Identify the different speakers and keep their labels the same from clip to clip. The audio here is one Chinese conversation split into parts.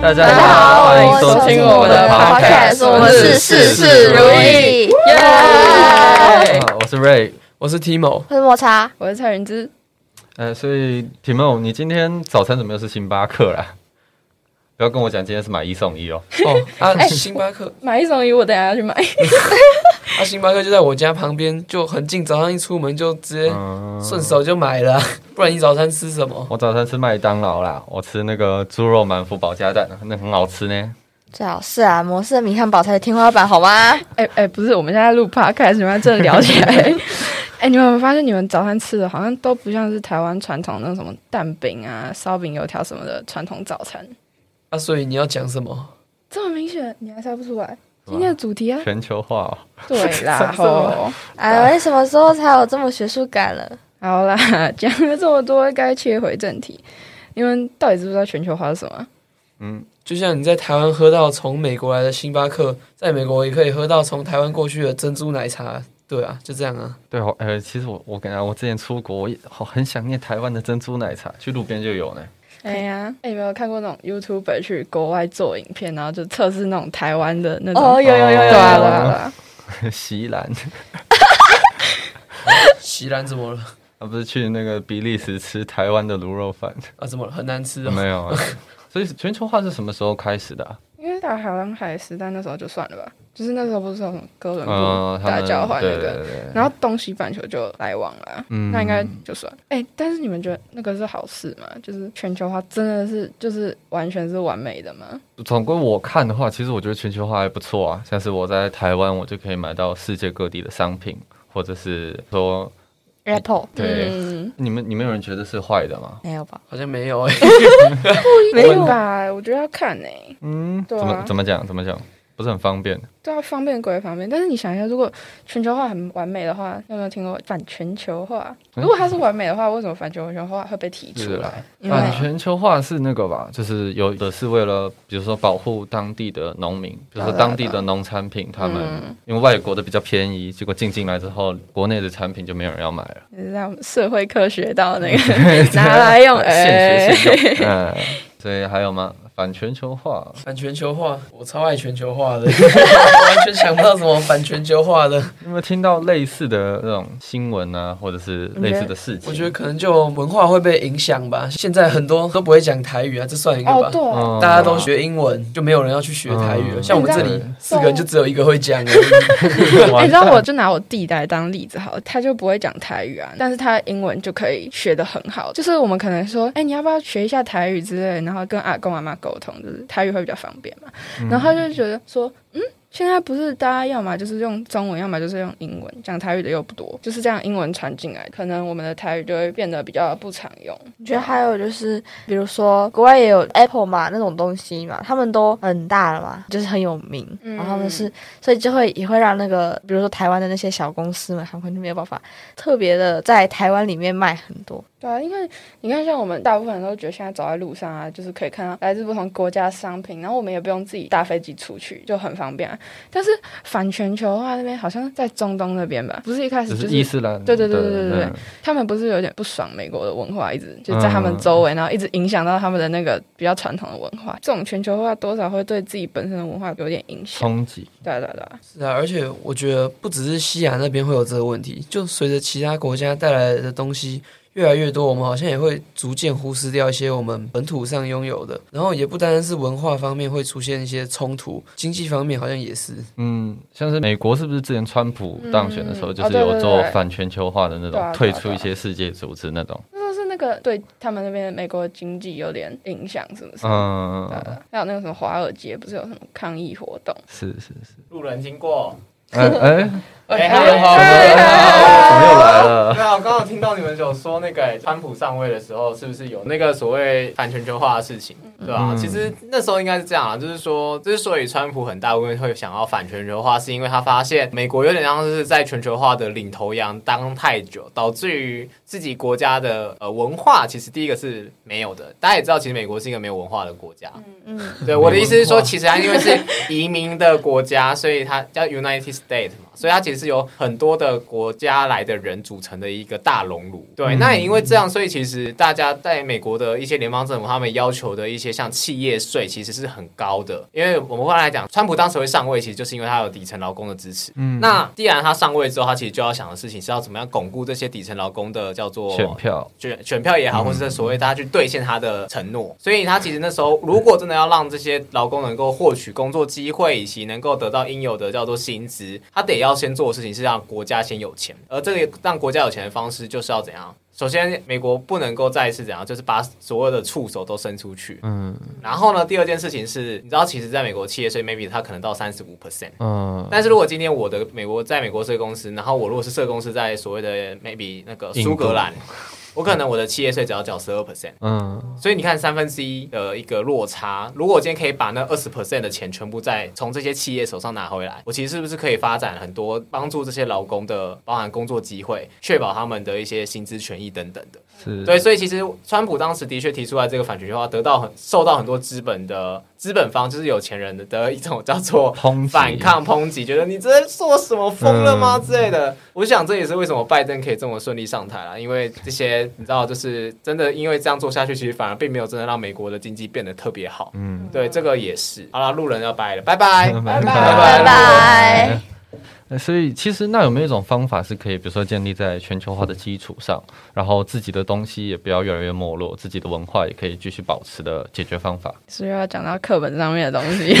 Speaker 1: 大家
Speaker 2: 大家
Speaker 1: 好，
Speaker 2: 好
Speaker 1: 欢迎收听我们的 podcast，
Speaker 2: 我们是事事如意。
Speaker 1: 啊
Speaker 2: 耶！
Speaker 1: 我是 Ray，
Speaker 3: 我是 Timo，
Speaker 2: 我是抹茶，
Speaker 4: 我是蔡仁之，
Speaker 1: 呃，所以 Timo，你今天早餐怎么又是星巴克啦？不要跟我讲今天是买一送一哦。
Speaker 3: 哦，啊，星巴克，
Speaker 4: 买一送一，我等一下要去买。
Speaker 3: 啊，星巴克就在我家旁边，就很近，早上一出门就直接
Speaker 1: 嗯，
Speaker 3: 顺手就买了， 不然你早餐吃什么？
Speaker 1: 我早餐吃麦当劳啦，我吃那个猪肉满福保加蛋，那很好吃呢。
Speaker 2: 最好是啊，摩斯的米汉堡才是天花板，好吗？
Speaker 4: 哎哎，不是，我们现在录 podcast，你们真的聊起来。哎，你们有没有发现你们早餐吃的好像都不像是台湾传统那种什么蛋饼啊、烧饼、油条什么的传统早餐，
Speaker 3: 啊，所以你要讲什么？
Speaker 4: 这么明显你还猜不出来？今天的主题啊，
Speaker 1: 全球化哦，
Speaker 4: 对啦，
Speaker 3: 什么
Speaker 4: 吼，
Speaker 2: 哎，你什么时候才有这么学术感了？
Speaker 4: 好啦， 讲了这么多，该切回正题。你们到底知不知道全球化是什么啊？
Speaker 1: 嗯，
Speaker 3: 就像你在台湾喝到从美国来的星巴克，在美国也可以喝到从台湾过去的珍珠奶茶，对啊，就这样啊。
Speaker 1: 对哦，呃，其实我我感觉我之前出国，我也好很想念台湾的珍珠奶茶，去路边就有呢。
Speaker 4: 哎呀，哎，有没有看过那种 YouTuber 去国外做影片，然后就测试那种台湾的那种？
Speaker 2: 哦，有有有有
Speaker 4: 对啊，对
Speaker 2: 有，
Speaker 4: 啊，对啊。
Speaker 1: 席兰，
Speaker 3: 席兰怎么了？
Speaker 1: 而啊不是去那个比利时吃台湾的卤肉饭。
Speaker 3: 啊，怎么了？很难吃哦。
Speaker 1: 没有啊。 所以全球化是什么时候开始的、啊？
Speaker 4: 因为打海湾海时代那时候就算了吧，就是那时候不是有什么哥伦
Speaker 1: 嗯，
Speaker 4: 布
Speaker 1: 他
Speaker 4: 大
Speaker 1: 们
Speaker 4: 交换那
Speaker 1: 对
Speaker 4: 个，
Speaker 1: 对对对，
Speaker 4: 然后东西半球就来往了啊，
Speaker 1: 嗯
Speaker 4: 那应该就算。哎、但是你们觉得那个是好事吗？就是全球化真的是就是完全是完美的吗？
Speaker 1: 总归我看的话，其实我觉得全球化还不错啊。像是我在台湾，我就可以买到世界各地的商品，或者是说，
Speaker 2: Apple
Speaker 1: 对，
Speaker 4: 嗯、
Speaker 1: 你们你们有人觉得是坏的吗？
Speaker 2: 啊没有吧？
Speaker 3: 好像没有哎、
Speaker 2: 没有
Speaker 4: 吧？我觉得要看呢、
Speaker 1: 嗯，
Speaker 4: 对啊
Speaker 1: 怎么怎么讲？怎么讲？不是很方便。
Speaker 4: 对啊，方便归方便，但是你想一下，如果全球化很完美的话，有没有听过反全球化？
Speaker 1: 嗯
Speaker 4: 如果它是完美的话，为什么反全球化会被提出
Speaker 1: 是啦
Speaker 4: 来？
Speaker 2: 因为
Speaker 1: 反全球化是那个吧，就是有的是为了，比如说保护当地的农民，比如说当地的农产品，他们
Speaker 4: 嗯
Speaker 1: 因为外国的比较便宜，结果进进来之后，国内的产品就没有人要买了。
Speaker 4: 就是让社会科学 到那个拿来用，哎、
Speaker 1: 现学现用。嗯，所以还有吗？反全球化，
Speaker 3: 反全球化，我超爱全球化的， 我完全想不到什么反全球化的。
Speaker 1: 有没有听到类似的那种新闻啊，或者是类似的事情？
Speaker 3: 我觉得可能就文化会被影响吧。现在很多都不会讲台语啊，这算一个
Speaker 4: 哦
Speaker 3: 吧，。
Speaker 4: 对，
Speaker 1: 嗯
Speaker 3: 大家都学英文，就没有人要去学台语了。
Speaker 1: 嗯
Speaker 3: 像我们这
Speaker 1: 你
Speaker 3: 里
Speaker 1: 知道
Speaker 3: 四个人就只有一个会讲而已。
Speaker 4: 哎
Speaker 1: 完
Speaker 4: 你知道
Speaker 1: 蛋，
Speaker 4: 我就拿我弟来当例子好了，他就不会讲台语啊，但是他英文就可以学得很好。就是我们可能说，哎、你要不要学一下台语之类的，然后跟阿公阿妈沟通，就是台语会比较方便嘛。然后他就觉得说，嗯。现在不是大家要么就是用中文，要么就是用英文，讲台语的又不多，就是这样英文传进来，可能我们的台语就会变得比较不常用。
Speaker 2: 我觉得还有就是，比如说国外也有 Apple 嘛那种东西嘛，他们都很大了嘛，就是很有名，
Speaker 4: 嗯
Speaker 2: 然后他们是，所以就会也会让那个，比如说台湾的那些小公司们，他们就没有办法特别的在台湾里面卖很多。
Speaker 4: 对啊，因为你看，像我们大部分人都觉得现在走在路上啊，就是可以看到来自不同国家的商品，然后我们也不用自己搭飞机出去，就很方便、啊。但是反全球化那边好像在中东那边吧，不是一开始
Speaker 1: 只
Speaker 4: 就是是
Speaker 1: 伊斯兰，
Speaker 4: 对对对对对对
Speaker 1: 嗯
Speaker 4: 他们不是有点不爽美国的文化，一直就在他们周围，然后一直影响到他们的那个比较传统的文化。这种全球化多少会对自己本身的文化有点影响。
Speaker 1: 冲击。
Speaker 4: 对啊对啊对啊，
Speaker 3: 是啊，而且我觉得不只是西亚那边会有这个问题，就随着其他国家带来的东西越来越多，我们好像也会逐渐忽视掉一些我们本土上拥有的。然后也不单单是文化方面会出现一些冲突，经济方面好像也是。
Speaker 1: 嗯，像是美国是不是之前川普当选的时候，
Speaker 4: 嗯
Speaker 1: 就是
Speaker 4: 哦对
Speaker 1: 有
Speaker 4: 对
Speaker 1: 做
Speaker 4: 对
Speaker 1: 反全球化的那
Speaker 4: 对啊
Speaker 1: 种，退
Speaker 4: 对啊
Speaker 1: 出一些世界组织那种？
Speaker 4: 那就是那个对他们那边的美国经济有点影响，是不是？
Speaker 1: 嗯
Speaker 4: 对啊，对啊还有那个什么华尔街，不是有什么抗议活动？
Speaker 1: 是是是。
Speaker 5: 路人经过，
Speaker 1: 哎哎，
Speaker 3: 哎
Speaker 5: 哈喽
Speaker 3: 好
Speaker 1: 怎么又来了？
Speaker 5: 对啊，我刚刚听到你们有说那个川普上位的时候，是不是有那个所谓反全球化的事情，对吧、
Speaker 1: 嗯
Speaker 5: 其实那时候应该是这样啊，就是说，之所以川普很大部分会想要反全球化，是因为他发现美国有点像是在全球化的领头羊当太久，导致于自己国家的呃文化，其实第一个是没有的。大家也知道，其实美国是一个没有文化的国家，
Speaker 2: 嗯，
Speaker 5: 对，我的意思是
Speaker 3: 没
Speaker 5: 说，
Speaker 3: 文化
Speaker 5: 其实它因为是移民的国家，所以它叫 United States 嘛，所以它其实是由很多的国家来的人组成的一个大熔炉。
Speaker 3: 嗯
Speaker 5: 对，那也因为这样，所以其实大家在美国的一些联邦政府，他们要求的一些像企业税其实是很高的，因为我们后来讲，川普当时会上位，其实就是因为他有底层劳工的支持。
Speaker 1: 嗯
Speaker 5: 那既然他上位之后，他其实就要想的事情是要怎么样巩固这些底层劳工的叫做
Speaker 1: 选票，
Speaker 5: 选选票也好，或者是所谓大家去兑现他的承诺，所以他其实那时候如果真的要让这些劳工能够获取工作机会，以及能够得到应有的叫做薪资，他得要先做的事情是让国家先有钱，而这个让国家有钱的方式就是要怎样？首先，美国不能够再一次怎样，就是把所有的触手都伸出去。
Speaker 1: 嗯
Speaker 5: 然后呢，第二件事情是，你知道，其实在美国企业税 maybe 它可能到三十五 percent。
Speaker 1: 嗯，
Speaker 5: 但是如果今天我的美国在美国设公司，然后我如果是设公司在所谓的 maybe 那个
Speaker 1: 印度
Speaker 5: 苏格兰，我可能我的企业税只要缴十二 percent，
Speaker 1: 嗯
Speaker 5: 所以你看三分之一的一个落差，如果我今天可以把那二十 percent 的钱全部再从这些企业手上拿回来，我其实是不是可以发展很多帮助这些劳工的，包含工作机会，确保他们的一些薪资权益等等的。
Speaker 1: 是，
Speaker 5: 对，所以其实川普当时的确提出来这个反全球化，得到很受到很多资本的资本方，就是有钱人的的一种叫做
Speaker 1: 抨击
Speaker 5: 反抗抨击，觉得你这在做什么疯了
Speaker 1: 嗯
Speaker 5: 吗、之类的。我想这也是为什么拜登可以这么顺利上台了，因为这些你知道，就是真的因为这样做下去，其实反而并没有真的让美国的经济变得特别好。
Speaker 1: 嗯，
Speaker 5: 对，这个也是。好了，路人要掰了，拜拜，
Speaker 1: 拜拜
Speaker 2: 拜拜。
Speaker 1: 呃所以其实那有没有一种方法是可以，比如说建立在全球化的基础上，然后自己的东西也不要越来越没落，自己的文化也可以继续保持的解决方法？
Speaker 4: 所以要讲到课本上面的东西，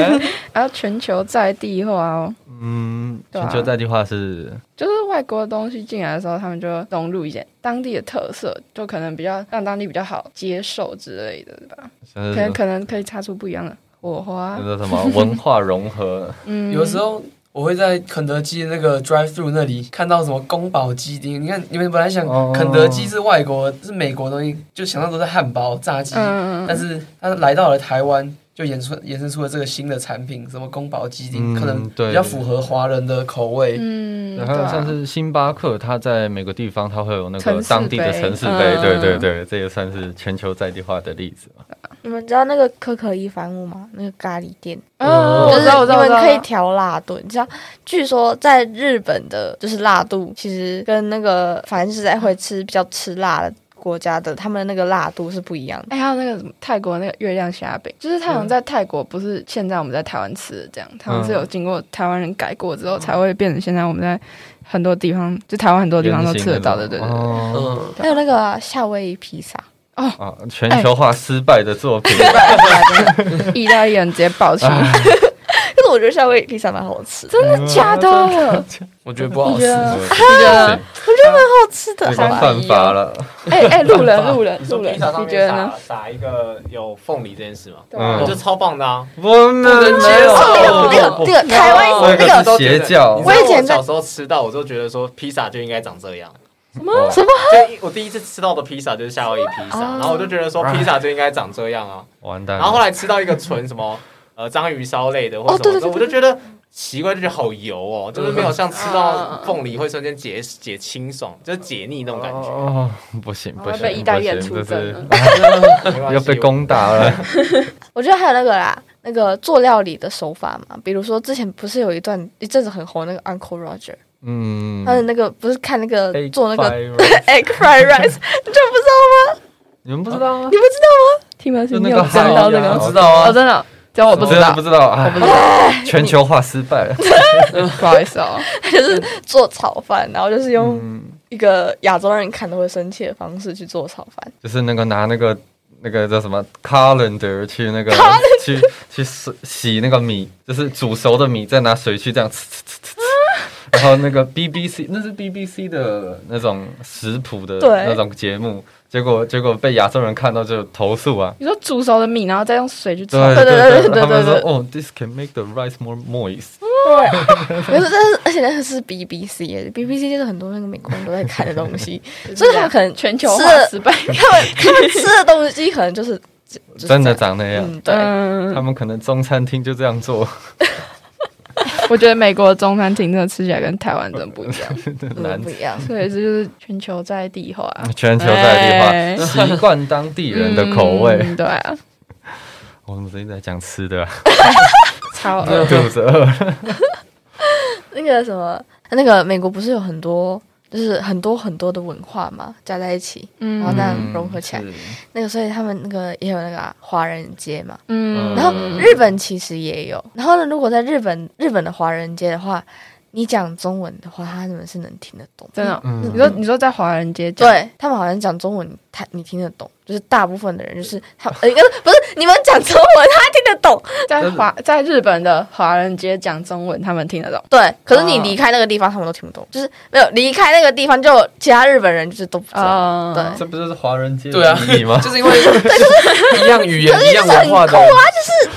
Speaker 4: 还有全球在地化哦，
Speaker 1: 嗯，
Speaker 4: 对啊
Speaker 1: 全球在地化是
Speaker 4: 就是外国的东西进来的时候，他们就融入一点当地的特色，就可能比较让当地比较好接受之类的吧，
Speaker 1: 像
Speaker 4: 可
Speaker 1: 是
Speaker 4: 能可能可以擦出不一样的火花
Speaker 1: 那。个什么文化融合，
Speaker 4: 嗯，
Speaker 3: 有时候我会在肯德基的那个 drive through 那里看到什么宫保鸡丁。你看，你们本来想
Speaker 1: 哦
Speaker 3: 肯德基是外国是美国东西，就想到都是汉堡、炸鸡，
Speaker 4: 嗯，嗯
Speaker 3: 但是他来到了台湾。就衍生衍生出了这个新的产品，什么宫保鸡丁，
Speaker 1: 嗯
Speaker 3: 可能
Speaker 1: 对
Speaker 3: 比较符合华人的口味。
Speaker 4: 嗯，
Speaker 1: 然后
Speaker 4: 对啊
Speaker 1: 像是星巴克，它在每个地方它会有那
Speaker 4: 城
Speaker 1: 个
Speaker 4: 市
Speaker 1: 当地的
Speaker 4: 杯
Speaker 1: 城市
Speaker 4: 嗯哦
Speaker 1: 杯，对对对，这也算是全球在地化的例子嘛。
Speaker 2: 你们知道那个可可一番屋吗？那个咖喱店，
Speaker 4: 哦，
Speaker 2: 就
Speaker 4: 我
Speaker 2: 是
Speaker 4: 知道，我知
Speaker 2: 你
Speaker 4: 道，我
Speaker 2: 们
Speaker 4: 知道
Speaker 2: 可以调辣度。你知道，据说在日本的，就是辣度其实跟那个凡是在会吃比较吃辣的国家的，他们那个辣度是不一样的。
Speaker 4: 哎，还有那个什么泰国那个月亮虾饼，就是他们在泰国不是现在我们在台湾吃的这样，他们是有经过台湾人改过之后，才会变成现在我们在很多地方，就台湾很多地方都吃得到的，对对对。
Speaker 1: 哦
Speaker 3: 嗯，
Speaker 2: 还有那个啊夏威夷披萨，
Speaker 1: 啊，全
Speaker 4: 哎
Speaker 1: 球化失败的作 品，
Speaker 4: 意大利人直接爆 起来，
Speaker 2: 可是我觉得夏威夷披萨蛮好吃的，真
Speaker 1: 真的
Speaker 4: 假的？？
Speaker 3: 我觉得不好
Speaker 4: 我觉。
Speaker 3: 吃
Speaker 4: 得
Speaker 1: 这
Speaker 4: 的
Speaker 2: 好吃的，
Speaker 1: 个犯法了，
Speaker 4: 哎哎，路人 路人路人，你觉得呢？
Speaker 5: 撒一个有凤梨这件事吗？
Speaker 4: 对啊
Speaker 1: 嗯
Speaker 5: 就超棒的啊！
Speaker 1: 我们
Speaker 3: 接受
Speaker 2: 那哦
Speaker 4: 哦
Speaker 2: 个那个那个台湾
Speaker 1: 那
Speaker 2: 那
Speaker 1: 个是
Speaker 2: 个
Speaker 1: 邪教
Speaker 5: 你知道
Speaker 2: 我以前在
Speaker 5: 小时候吃到，我就觉得说披萨就应该长这样。
Speaker 1: 什么
Speaker 2: 什么？
Speaker 5: 就我第一次吃到的披萨就是夏威夷披萨，
Speaker 2: 啊
Speaker 5: 然后我就觉得说披萨就应该长这样啊。
Speaker 1: 完蛋
Speaker 5: 然
Speaker 1: 了！哦
Speaker 5: 后后来吃到一个纯什么呃章鱼烧类的或者
Speaker 2: 哦
Speaker 5: 什
Speaker 2: 对
Speaker 5: 么
Speaker 2: 对对
Speaker 5: 的，我就觉得奇怪，就觉得好油哦，就是 没有像吃到凤梨会瞬间解解清爽，就是解腻那种感觉。
Speaker 1: 哦，不行不
Speaker 4: 要
Speaker 1: 行，
Speaker 4: 被意大利人
Speaker 1: 不行
Speaker 4: 出征了，
Speaker 1: 这
Speaker 5: 没
Speaker 1: 是
Speaker 5: 关系
Speaker 1: 要哦被攻打了。
Speaker 2: 我觉得还有那个啦，那个做料理的手法嘛，比如说之前不是有一段一阵子很红那个 Uncle Roger，
Speaker 1: 嗯
Speaker 2: 他，的那个不是看那个
Speaker 1: Egg
Speaker 2: 做那个
Speaker 1: fried rice
Speaker 2: egg fried rice，你 就不知道吗？
Speaker 1: 你们不知道吗？
Speaker 2: 你不知道吗？
Speaker 4: 听吗？
Speaker 1: 就
Speaker 4: 你
Speaker 1: 那
Speaker 4: 有
Speaker 1: 个
Speaker 4: 知道这
Speaker 1: 好
Speaker 4: 个
Speaker 1: 呀
Speaker 3: 我？知道
Speaker 4: 哦，
Speaker 3: 啊，
Speaker 4: 真的，只 有我不知
Speaker 1: 真的
Speaker 4: 道
Speaker 1: 不，知道啊！全球化失败 了。
Speaker 4: 不好意思哦。
Speaker 2: 他 就是做炒饭，然后就是用
Speaker 1: 嗯，
Speaker 2: 一个亚洲人看都会生气的方式去做炒 饭。
Speaker 1: 就是那个拿那个那个叫什么 colander 去那个去去洗洗那个米，就是煮熟的米，再拿水去这样呲呲呲呲呲，然后那个 BBC 那是 BBC 的那种食谱的
Speaker 2: 对
Speaker 1: 那种节目，结果结果被亚洲人看到就投诉啊。
Speaker 4: 你说煮熟的米，然后再用水去炒，
Speaker 1: 对
Speaker 2: 对对对对
Speaker 1: 他们说
Speaker 2: 对对
Speaker 1: 哦，this can make the rice more moist。
Speaker 2: 可是，但是而且那个是 BBC，BBC 耶 BBC 就是很多那个美国人都在看的东 西，所以他们可能
Speaker 4: 全球
Speaker 2: 吃
Speaker 4: 化
Speaker 2: 的
Speaker 4: 失败。
Speaker 2: 他们他们吃的东西可能就是就是
Speaker 1: 真的
Speaker 2: 这样
Speaker 1: 长那样。
Speaker 2: 嗯对。
Speaker 1: 他
Speaker 4: 嗯，
Speaker 1: 们可能中餐厅就这样做，
Speaker 4: 我觉得美国的中餐厅真的吃起来跟台湾真的不一样，
Speaker 1: 难
Speaker 2: 不一样。
Speaker 4: 所以这就是全球在地化，
Speaker 2: 嗯
Speaker 1: 全球在
Speaker 4: 哎
Speaker 1: 地化，习惯当地人的口味。
Speaker 4: 嗯对啊，
Speaker 1: 我们最近在讲吃的啊、
Speaker 4: 超
Speaker 1: 肚子饿了。
Speaker 2: 那个什么那个美国不是有很多，就是很多很多的文化嘛，加在一起，
Speaker 4: 嗯
Speaker 2: 然后那
Speaker 1: 嗯
Speaker 2: 融合起来，
Speaker 1: 是
Speaker 2: 那个所以他们那个也有那个啊华人街嘛，
Speaker 4: 嗯，
Speaker 2: 然后日本其实也有。然后呢，如果在日本日本的华人街的话，你讲中文的话，他们是能听得懂。
Speaker 4: 真的哦、
Speaker 1: 嗯
Speaker 4: 你说你说在华人街讲，
Speaker 2: 对他们好像讲中文，他你听得懂，就是大部分的人就是他们，呃，应该是不是你们讲中文，他听得懂，
Speaker 4: 在华在日本的华人街讲中文，他们听得懂。
Speaker 2: 对。可是你
Speaker 4: 哦
Speaker 2: 离开那个地方，他们都听不
Speaker 4: 嗯
Speaker 2: 懂，就是没有离开那个地方，就有其他日本人就是都不知道。
Speaker 4: 哦，
Speaker 2: 对
Speaker 1: 这不就是华人街
Speaker 3: 对啊
Speaker 1: 的意 义吗？
Speaker 3: 就是因为 一样语言、一样文化的，
Speaker 4: 啊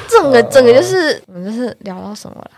Speaker 2: 整
Speaker 4: 哦
Speaker 2: 个整个就是我们就是聊到什么了？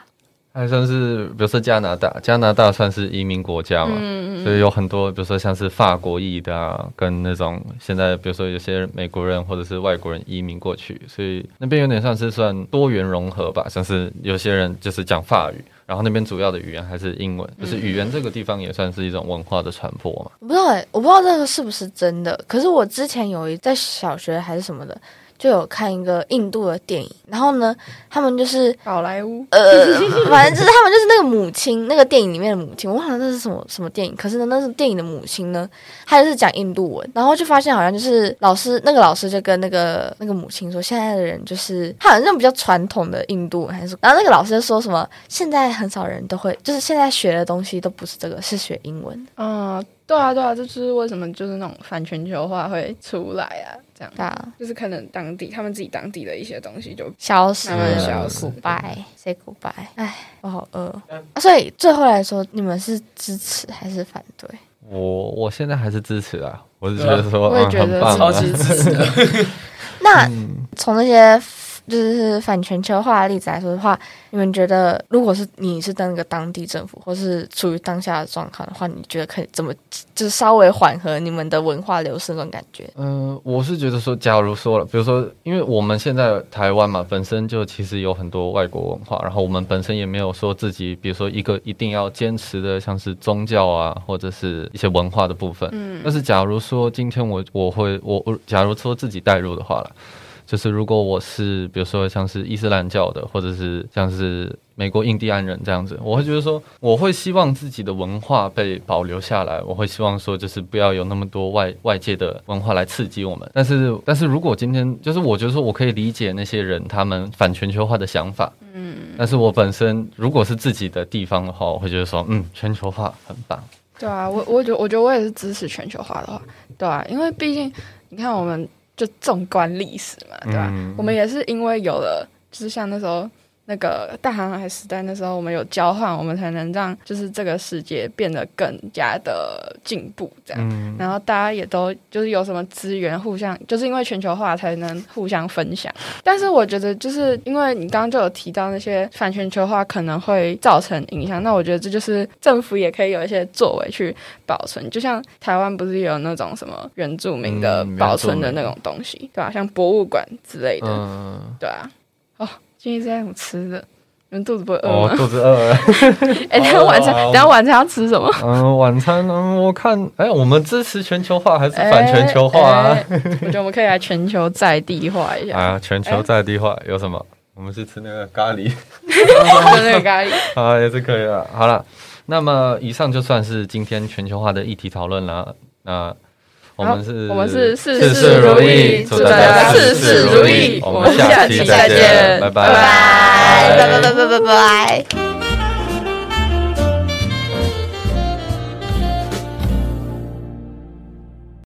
Speaker 1: 还算是，比如说加拿大，加拿大算是移民国家嘛，
Speaker 4: 嗯
Speaker 1: 所以有很多，比如说像是法国裔的啊，跟那种现在比如说有些美国人或者是外国人移民过去，所以那边有点像是算多元融合吧，像是有些人就是讲法语，然后那边主要的语言还是英文，就是
Speaker 4: 嗯
Speaker 1: 语言这个地方也算是一种文化的传播嘛。
Speaker 2: 我不知道、欸，我不知道这个是不是真的。可是我之前有一在小学还是什么的，就有看一个印度的电影，然后呢，他们就是
Speaker 4: 宝莱坞，
Speaker 2: 呃，反正就是他们就是那个母亲，那个电影里面的母亲，我忘了那是什么什么电影。可是呢，那是电影的母亲呢，她就是讲印度文，然后就发现好像就是老师那个老师就跟那个那个母亲说，现在的人就是他好像那种比较传统的印度文还是什么，然后那个老师就说什么，现在很少人都会，就是现在学的东西都不是这个，是学英文。
Speaker 4: 嗯，对啊对啊，这就是为什么就是那种反全球化会出来啊，这样。
Speaker 2: 啊，
Speaker 4: 就是可能当地他们自己当地的一些东西就
Speaker 2: 消失
Speaker 4: 慢慢
Speaker 2: 了
Speaker 4: 消失
Speaker 2: ，goodbye say goodbye。哎，我好饿哦、
Speaker 4: 嗯
Speaker 2: 啊所以最后来说，你们是支持还是反对？
Speaker 4: 嗯
Speaker 1: 我我现在还是支持啊，我是觉
Speaker 3: 对啊
Speaker 1: 得说，
Speaker 4: 我也
Speaker 1: 嗯
Speaker 4: 觉得
Speaker 1: 很棒
Speaker 4: 是
Speaker 1: 啊
Speaker 3: 超级支持的。
Speaker 2: 那从那些就是反全球化的例子来说的话，你们觉得如果是你是当个当地政府，或是处于当下的状况的话，你觉得可以怎么就是稍微缓和你们的文化流失那种感觉？
Speaker 1: 嗯、我是觉得说，假如说了，比如说，因为我们现在台湾嘛，本身就其实有很多外国文化，然后我们本身也没有说自己，比如说一个一定要坚持的，像是宗教啊，或者是一些文化的部分。嗯。但是假如说今天我我会我我假如说自己带入的话啦，就是如果我是比如说像是伊斯兰教的，或者是像是美国印第安人这样子，我会觉得说，我会希望自己的文化被保留下来，我会希望说，就是不要有那么多外外界的文化来刺激我们。但是，但是如果今天就是我觉得说我可以理解那些人他们反全球化的想法，嗯，但是我本身如果是自己的地方的话，我会觉得说，嗯，全球化很棒，
Speaker 4: 对啊，我我觉得我觉得我也是支持全球化的话，对啊，因为毕竟你看我们就纵观历史嘛，对吧、
Speaker 1: 嗯
Speaker 4: 我们也是因为有了，就是像那时候那个大航海时代，那时候我们有交换，我们才能让就是这个世界变得更加的进步，这样。
Speaker 1: 嗯，
Speaker 4: 然后大家也都就是有什么资源互相，就是因为全球化才能互相分享。但是我觉得，就是因为你刚刚就有提到那些反全球化可能会造成影响，那我觉得这就是政府也可以有一些作为去保存。就像台湾不是有那种什么原住民的
Speaker 1: 嗯
Speaker 4: 保存的那种东西，对吧、像博物馆之类的，
Speaker 1: 嗯，
Speaker 4: 对啊。哦，今天在有吃的，你们肚子不会饿
Speaker 1: 哦
Speaker 4: 吗，？
Speaker 1: 肚子饿了。
Speaker 4: 哎、等一下晚餐，等一下晚餐要吃什么？
Speaker 1: 嗯，晚餐嗯，我看，哎、我们支持全球化还是反全球化啊？
Speaker 4: 哎哎我觉得我们可以来全球在地化一下。
Speaker 1: 啊，全球在地化、有什么？我们是吃那个咖喱，
Speaker 4: 就那个咖喱。
Speaker 1: 啊，也是可以的。好了，那么以上就算是今天全球化的议题讨论啦。那我
Speaker 4: 好
Speaker 1: 们是，
Speaker 4: 我们是事
Speaker 1: 事
Speaker 4: 事
Speaker 1: 如
Speaker 4: 如
Speaker 1: 意，
Speaker 4: 意
Speaker 1: 祝
Speaker 4: 祝
Speaker 1: 大
Speaker 4: 大
Speaker 1: 家
Speaker 4: 家
Speaker 1: 事
Speaker 4: 事
Speaker 1: 事
Speaker 4: 事
Speaker 1: 如
Speaker 4: 如
Speaker 1: 意
Speaker 4: 意。
Speaker 1: 我
Speaker 4: 我
Speaker 1: 们
Speaker 4: 们
Speaker 1: 下
Speaker 4: 下
Speaker 1: 期
Speaker 4: 期
Speaker 1: 再
Speaker 4: 再
Speaker 1: 见，
Speaker 4: 见
Speaker 1: 拜
Speaker 4: 拜
Speaker 2: 拜拜拜拜拜。